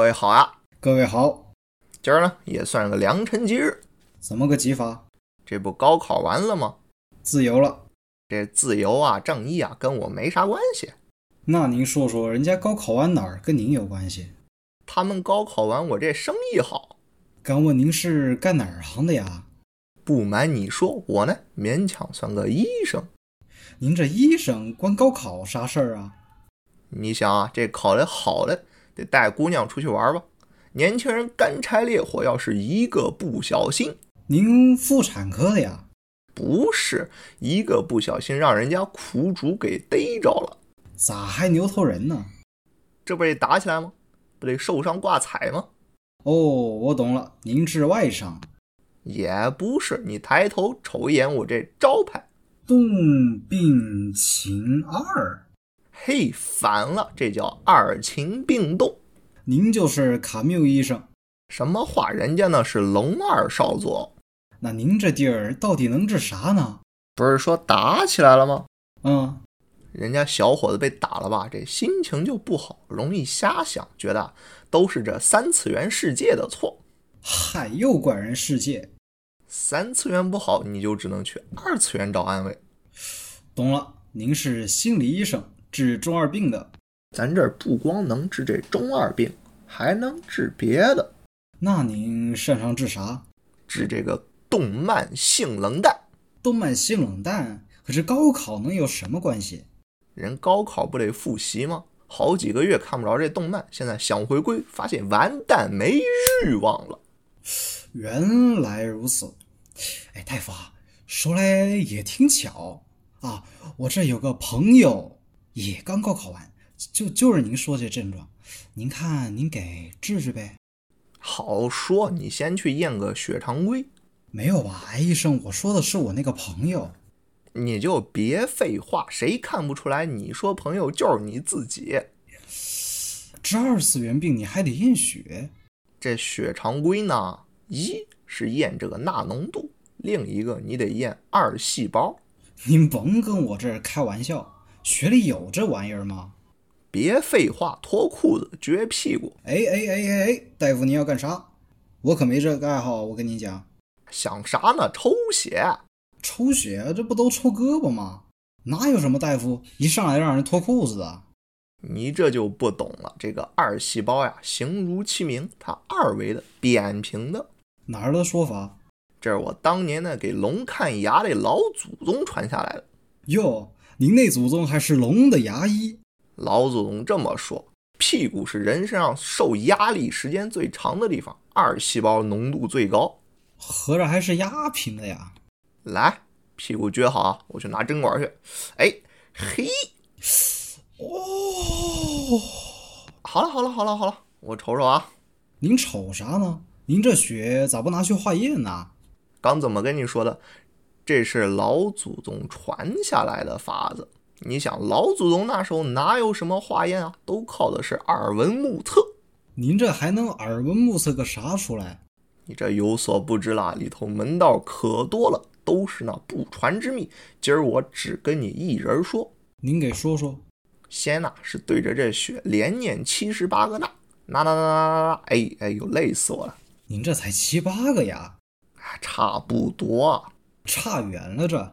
位好啊！各位好，今儿呢也算是个良辰吉日，怎么个急法？这不高考完了吗？自由了？这自由啊、正义啊，跟我没啥关系。那您说说，人家高考完哪儿跟您有关系？他们高考完，我这生意好。敢问您是干哪儿行的呀？不瞒你说，我呢勉强算个医生。您这医生关高考啥事儿啊？你想啊，这考得好的得带姑娘出去玩吧？年轻人干柴烈火，要是一个不小心，您妇产科的呀？不是一个不小心让人家苦主给逮着了，咋还牛头人呢？这不得打起来吗？不得受伤挂彩吗？哦，我懂了，您治外伤。也不是，你抬头瞅一眼我这招牌，动病情二，嘿，反了，这叫二情并动。您就是卡缪医生。什么话？人家呢是龙二少佐，那您这地儿到底能治啥呢？不是说打起来了吗？嗯，人家小伙子被打了吧，这心情就不好，容易瞎想，觉得啊都是这三次元世界的错。嗨，又怪人世界。三次元不好，你就只能去二次元找安慰。懂了，您是心理医生，治中二病的。咱这儿不光能治这中二病，还能治别的，那您擅长治啥？治这个动漫性冷淡。动漫性冷淡和这高考能有什么关系？人高考不得复习吗？好几个月看不着这动漫，现在想回归，发现完蛋，没欲望了。原来如此。哎，大夫啊，说来也挺巧啊，我这有个朋友也刚高考完，就就是您说这症状，您看您给治治呗？好说，你先去验个血常规，没有吧？哎，医生，我说的是我那个朋友。你就别废话，谁看不出来？你说朋友就是你自己。治二次元病你还得验血，这血常规呢，一是验这个钠浓度，另一个你得验二细胞。您甭跟我这儿开玩笑，血里有这玩意儿吗？别废话，脱裤子撅屁股，哎哎哎哎哎，大夫您要干啥？我可没这个爱好，我跟你讲，想啥呢？抽血。抽血这不都抽胳膊吗？哪有什么大夫一上来让人脱裤子的？你这就不懂了，这个二细胞呀，形如其名，它二维的，扁平的。哪儿的说法？这是我当年呢给龙看牙这老祖宗传下来的。哟，您那祖宗还是龙的牙医？老祖宗这么说，屁股是人身上受压力时间最长的地方，二细胞浓度最高。合着还是压平的呀？来，屁股撅好啊，我去拿针管去。哎，嘿，哦，好了好了好了好了，我瞅瞅啊，您瞅啥呢？您这血咋不拿去化验呢？刚怎么跟你说的？这是老祖宗传下来的法子。你想，老祖宗那时候哪有什么化验啊，都靠的是耳闻目测。您这还能耳闻目测个啥出来？你这有所不知啦，里头门道可多了，都是那不传之秘。今儿我只跟你一人说。您给说说。先呐、是对着这血连念七十八个呐，呐呐呐呐呐，哎哎呦，累死我了！您这才七八个呀，啊，差不多啊。差远了这。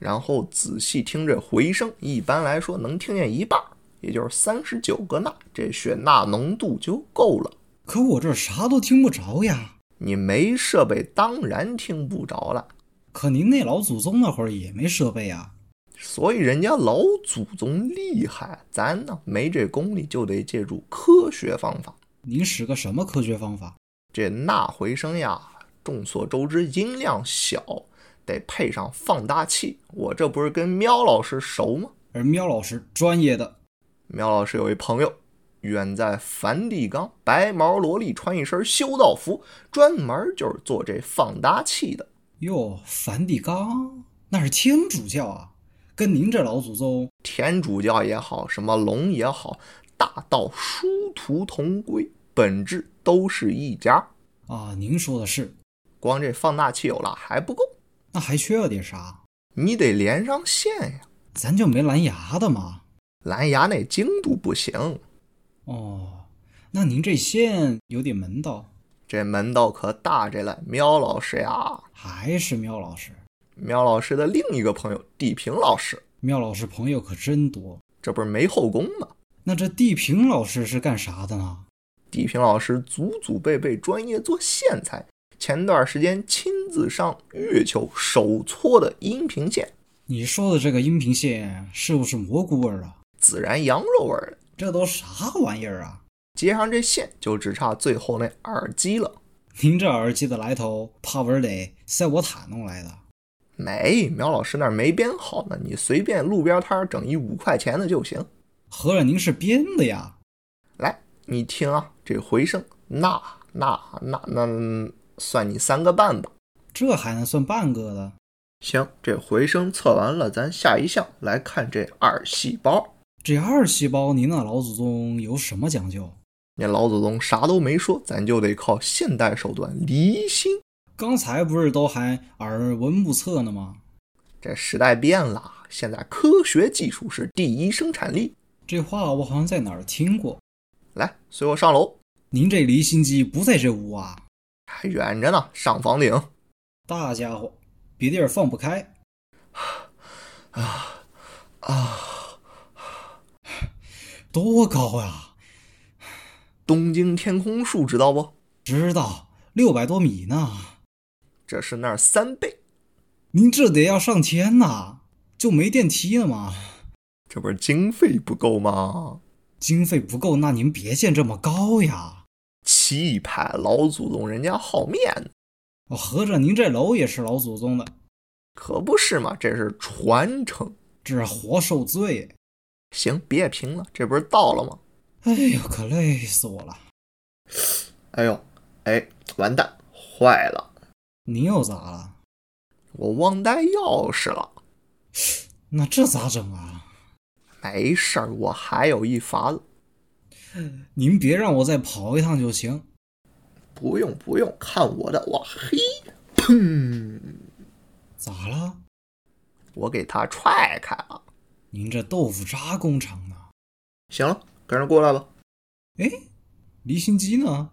然后仔细听这回声，一般来说能听见一半儿，也就是三十九个钠，这血钠浓度就够了。可我这啥都听不着呀。你没设备当然听不着了，可您那老祖宗那会儿也没设备啊。所以人家老祖宗厉害，咱呢没这功力，就得借助科学方法。您使个什么科学方法？这钠回声呀，众所周知音量小，得配上放大器。我这不是跟喵老师熟吗？而喵老师专业的，苗老师有一朋友，远在梵蒂冈，白毛萝莉，穿一身修道服，专门就是做这放大器的。哟，梵蒂冈那是天主教啊，跟您这老祖宗天主教也好，什么龙也好，大道殊途同归，本质都是一家。啊，您说的是，光这放大器有了还不够，那还缺了点啥？你得连上线呀。咱就没蓝牙的吗？蓝牙那精度不行，哦，那您这线有点门道，这门道可大着嘞，苗老师呀，还是喵老师，苗老师的另一个朋友地平老师，喵老师朋友可真多。这不是没后宫吗？那这地平老师是干啥的呢？地平老师祖祖辈辈专业做线材，前段时间亲自上月球首搓的阴平线，你说的这个音频线是不是蘑菇味儿啊？孜然羊肉味儿的，这都啥玩意儿啊？接上这线就只差最后那耳机了。您这耳机的来头，怕不是得塞我塔弄来的？没，苗老师那儿没编号呢，你随便路边摊儿整一五块钱的就行。合着您是编的呀？来，你听啊，这回声，那那那那，算你三个半吧。这还能算半个的？行，这回声测完了，咱下一项来看这二细胞。这二细胞，您那老祖宗有什么讲究？那老祖宗啥都没说，咱就得靠现代手段离心。刚才不是都还耳闻目测呢吗？这时代变了，啊现在科学技术是第一生产力。这话我好像在哪儿听过。来，随我上楼，您这离心机不在这屋啊？还远着呢，上房顶。大家伙，别地儿放不开。啊，多高啊呀、东京天空树知道不？知道六百多米呢。这是那儿三倍，您这得要上天呐，就没电梯了吗？这不是经费不够吗？经费不够，那您别建这么高呀。气派老祖宗人家好面子，哦，合着您这楼也是老祖宗的，可不是嘛？这是传承。这是活受罪。行，别评了，这不是到了吗？哎呦，可累死我了。哎呦，哎，完蛋，坏了，您又咋了？我忘带钥匙了。那这咋整啊？没事儿，我还有一法子。您别让我再跑一趟就行。不用不用，看我的，哇嘿，砰！咋了？我给他踹开了。您这豆腐渣工厂呢？行了，跟着过来吧。哎，离心机呢？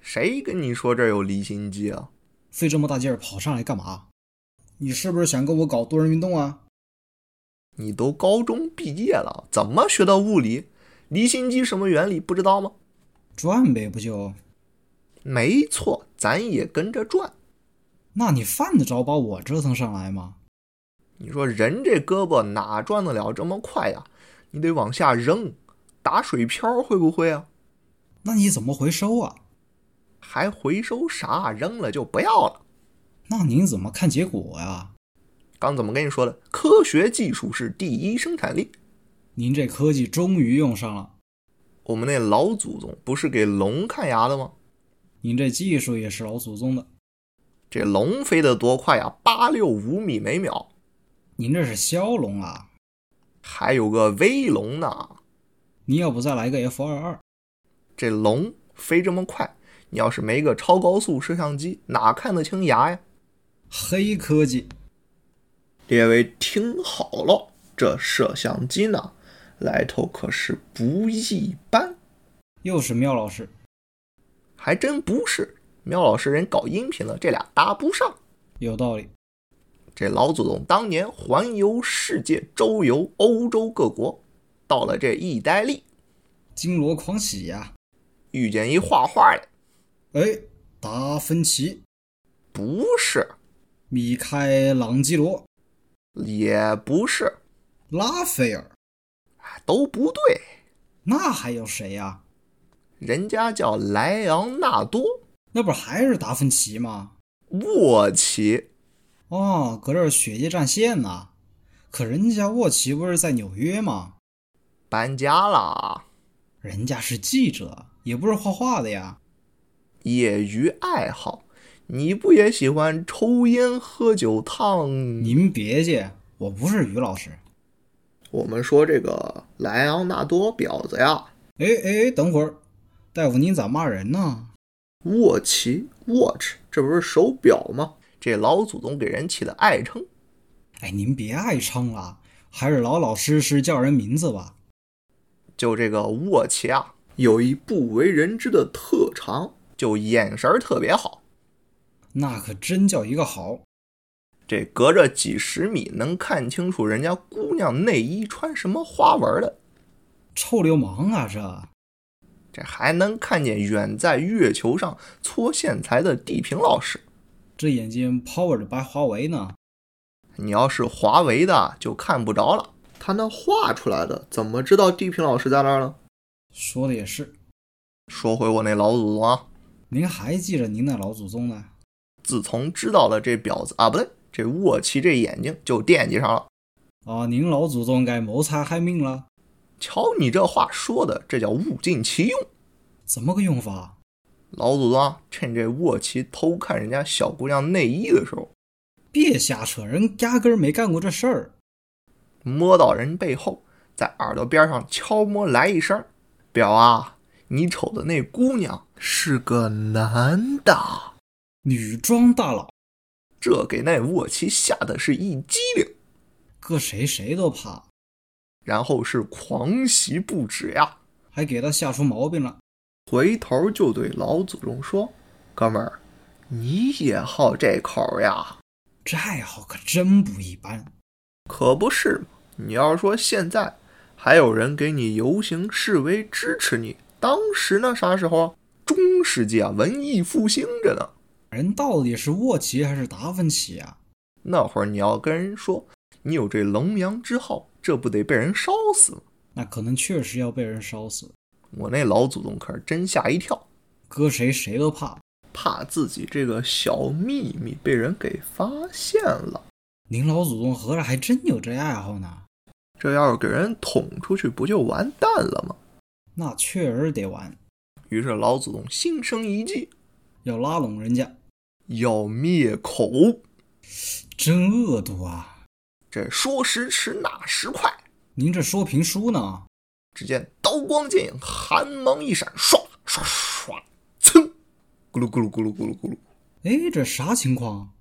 谁跟你说这儿有离心机啊？费这么大劲儿跑上来干嘛？你是不是想跟我搞多人运动啊？你都高中毕业了，怎么学的物理？离心机什么原理不知道吗？转呗，不就？没错，咱也跟着转。那你犯得着把我折腾上来吗？你说人这胳膊哪转得了这么快呀？你得往下扔，打水漂会不会啊？那你怎么回收啊？还回收啥？扔了就不要了。那您怎么看结果呀、刚怎么跟你说的？科学技术是第一生产力。您这科技终于用上了，我们那老祖宗不是给龙看牙的吗？您这技术也是老祖宗的。这龙飞得多快呀，八六五米每秒，您这是骁龙啊！还有个威龙呢。您要不再来个 F 二二？这龙飞这么快，你要是没个超高速摄像机，哪看得清牙呀？黑科技，列位听好了，这摄像机呢，来头可是不一般，又是喵老师。还真不是。苗老师人搞音频了，这俩搭不上。有道理。这老祖宗当年环游世界，周游欧洲各国，到了这意大利，金锣狂喜呀、遇见一画画的，哎，达芬奇、不是，米开朗基罗、也不是，拉斐尔，哎都不对。那还有谁呀、人家叫莱昂纳多那不还是达芬奇吗？沃奇，哦，搁这儿血界战线呐、可人家沃奇不是在纽约吗？搬家啦，人家是记者，也不是画画的呀。业余爱好。你不也喜欢抽烟、喝酒、烫？您别介，我不是于老师。我们说这个莱昂纳多婊子呀，哎哎哎，等会儿，大夫您咋骂人呢？沃奇 watch，这不是手表吗？这老祖宗给人起的爱称。哎，您别爱称了，还是老老实实叫人名字吧。就这个沃奇啊，有一不为人知的特长，就眼神儿特别好。那可真叫一个好。这隔着几十米能看清楚人家姑娘内衣穿什么花纹的，臭流氓啊这！这还能看见远在月球上搓线材的地平老师。这眼睛 powered by 华为呢？你要是华为的就看不着了，他那画出来的怎么知道地平老师在那儿呢？说的也是。说回我那老祖宗啊，您还记着您那老祖宗呢？自从知道了这婊子啊，不对，这沃奇这眼睛就惦记上了。啊，您老祖宗该谋财害命了？瞧你这话说的，这叫物尽其用。怎么个用法？老祖宗啊，趁这沃奇偷看人家小姑娘内衣的时候，别瞎扯，人压根儿没干过这事儿。摸到人背后，在耳朵边上悄摸来一声：“表啊，你瞅的那姑娘是个男的。”女装大佬，这给那沃奇吓得是一激灵，搁谁谁都怕，然后是狂喜不止呀，还给他吓出毛病了。回头就对老祖宗说：“哥们儿，你也好这口呀？这爱好可真不一般。可不是嘛！你要说现在还有人给你游行示威支持你，当时那啥时候啊？中世纪啊，文艺复兴着呢。”人到底是沃奇还是达芬奇啊？那会儿你要跟人说你有这龙阳之好，这不得被人烧死吗？那可能确实要被人烧死，我那老祖宗可是真吓一跳，搁谁谁都怕。怕自己这个小秘密被人给发现了，您老祖宗合着还真有这爱好呢？这要是给人捅出去，不就完蛋了吗？那确实得玩，于是老祖宗心生一计，要拉拢人家，要灭口。真恶毒啊！这说时迟，那时快，您这说评书呢？只见刀光剑影，寒芒一闪，唰唰唰，噌，咕噜咕噜咕噜咕噜咕噜，哎，这啥情况？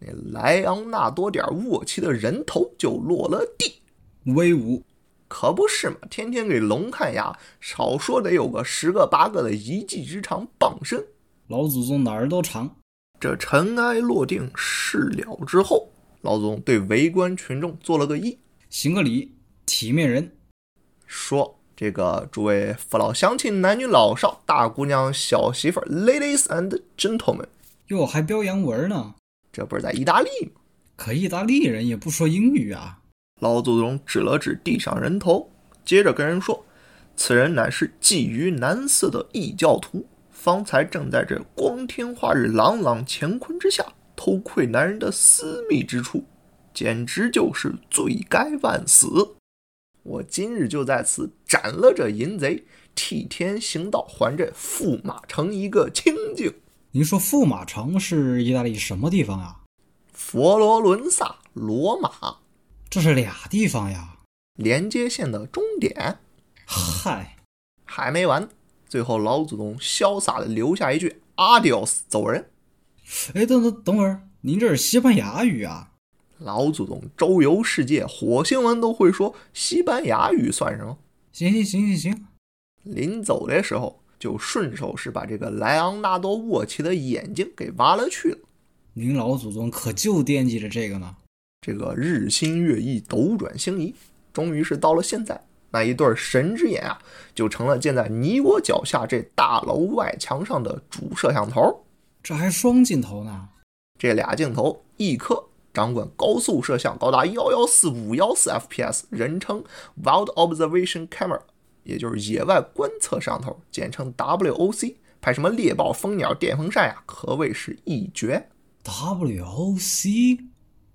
那莱昂纳多点沃奇的人头就落了地。威武！可不是嘛，天天给龙看牙，少说得有个十个八个的一技之长傍身。老祖宗哪儿都长，这尘埃落定事了之后，老总对围观群众做了个揖，行个礼，体面人。说：“这个诸位父老乡亲、男女老少、大姑娘、小媳妇儿，ladies and gentlemen，哟，还标洋文呢？这不是在意大利吗？”可意大利人也不说英语啊！老祖宗指了指地上人头，接着跟人说：“此人乃是觊觎男色的异教徒，方才正在这光天化日、朗朗乾坤之下偷窥男人的私密之处，简直就是罪该万死。我今日就在此斩了这淫贼，替天行道，还这驸马城一个清净。您说驸马城是意大利什么地方啊？佛罗伦萨、罗马这是俩地方呀！连接线的终点。”嗨，还没完，最后老祖宗潇洒的留下一句 “adios” 走人。哎，等等等会儿，您这是西班牙语啊？老祖宗周游世界，火星文都会说，西班牙语算什么？行行行行行，临走的时候，就顺手是把这个莱昂纳多·沃奇的眼睛给挖了去了。您老祖宗可就惦记着这个呢。这个日新月异，斗转星移，终于是到了现在，那一对儿神之眼啊，就成了建在你我脚下这大楼外墙上的主摄像头。这还双镜头呢，这俩镜头一颗掌管高速摄像，高达幺幺四五幺四 FPS，人称 Wild Observation Camera，也就是野外观测摄像头，简称 WOC。拍什么猎豹、蜂鸟、电风扇呀、可谓是一绝。 WOC，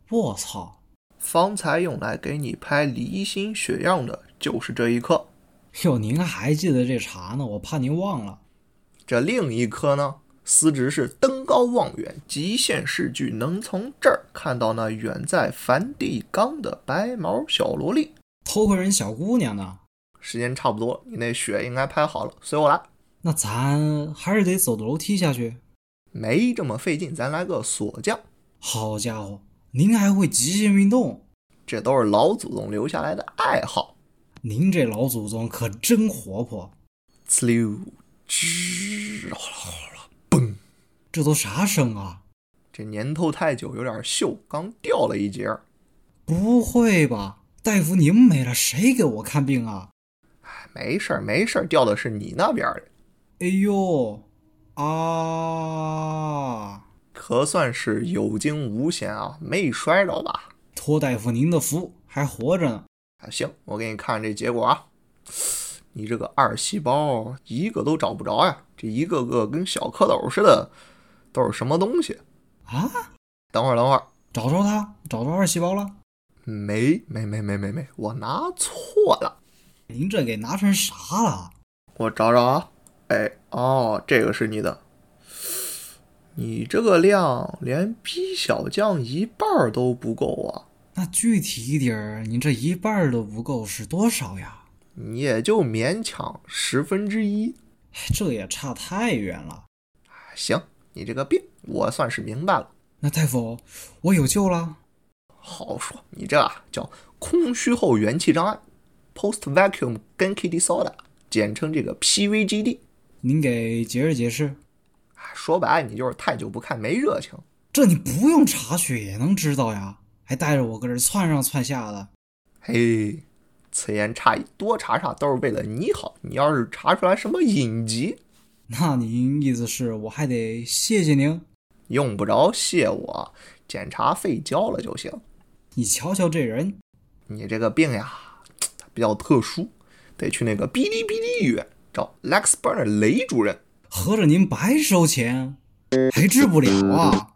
我操！方才用来给你拍离心血样的就是这一颗，哟，您还记得这茬呢？我怕您忘了。这另一颗呢，司职是登高望远，极限视距能从这儿看到那远在梵蒂冈的白毛小萝莉。偷窥人小姑娘呢？时间差不多了，你那雪应该拍好了，随我来。那咱还是得走楼梯下去。没这么费劲，咱来个锁匠，好家伙，您还会极限运动？这都是老祖宗留下来的爱好。您这老祖宗可真活泼。呲溜，吱，哗啦哗啦，嘣！这都啥声啊？这年头太久，有点锈，刚掉了一截儿。不会吧，大夫您没了，谁给我看病啊？哎，没事儿，没事儿，掉的是你那边儿的，哎呦，啊！可算是有惊无险啊，没摔着吧？托大夫您的福，还活着呢。啊，行，我给你看这结果啊。你这个二细胞一个都找不着呀，这一个个跟小蝌蚪似的，都是什么东西？啊，等会儿，等会儿，找着他，找着二细胞了。没，没，没，没，没，没，我拿错了，您这给拿成啥了？我找找啊。哎，哦，这个是你的，你这个量连 B 小将一半儿都不够啊，那具体一点儿，您这一半儿都不够是多少呀？你也就勉强十分之一。哎哎这也差太远了。行，你这个病我算是明白了。那大夫，我有救了。好说，你这啊叫空虚后元气障碍 （Post Vacuum Genki Disorder），简称这个 PVGD。您给解释解释，啊说白了，你就是太久不看，没热情。这你不用查血也能知道呀，还带着我搁这儿窜上窜下的。嘿，此言差矣，多查查都是为了你好。你要是查出来什么隐疾，那您意思是我还得谢谢您？用不着谢我，检查费交了就行。你瞧瞧这人，你这个病呀，它比较特殊，得去那个哔哩哔哩医院找 Lex Burner 雷主任。合着您白收钱，还治不了啊？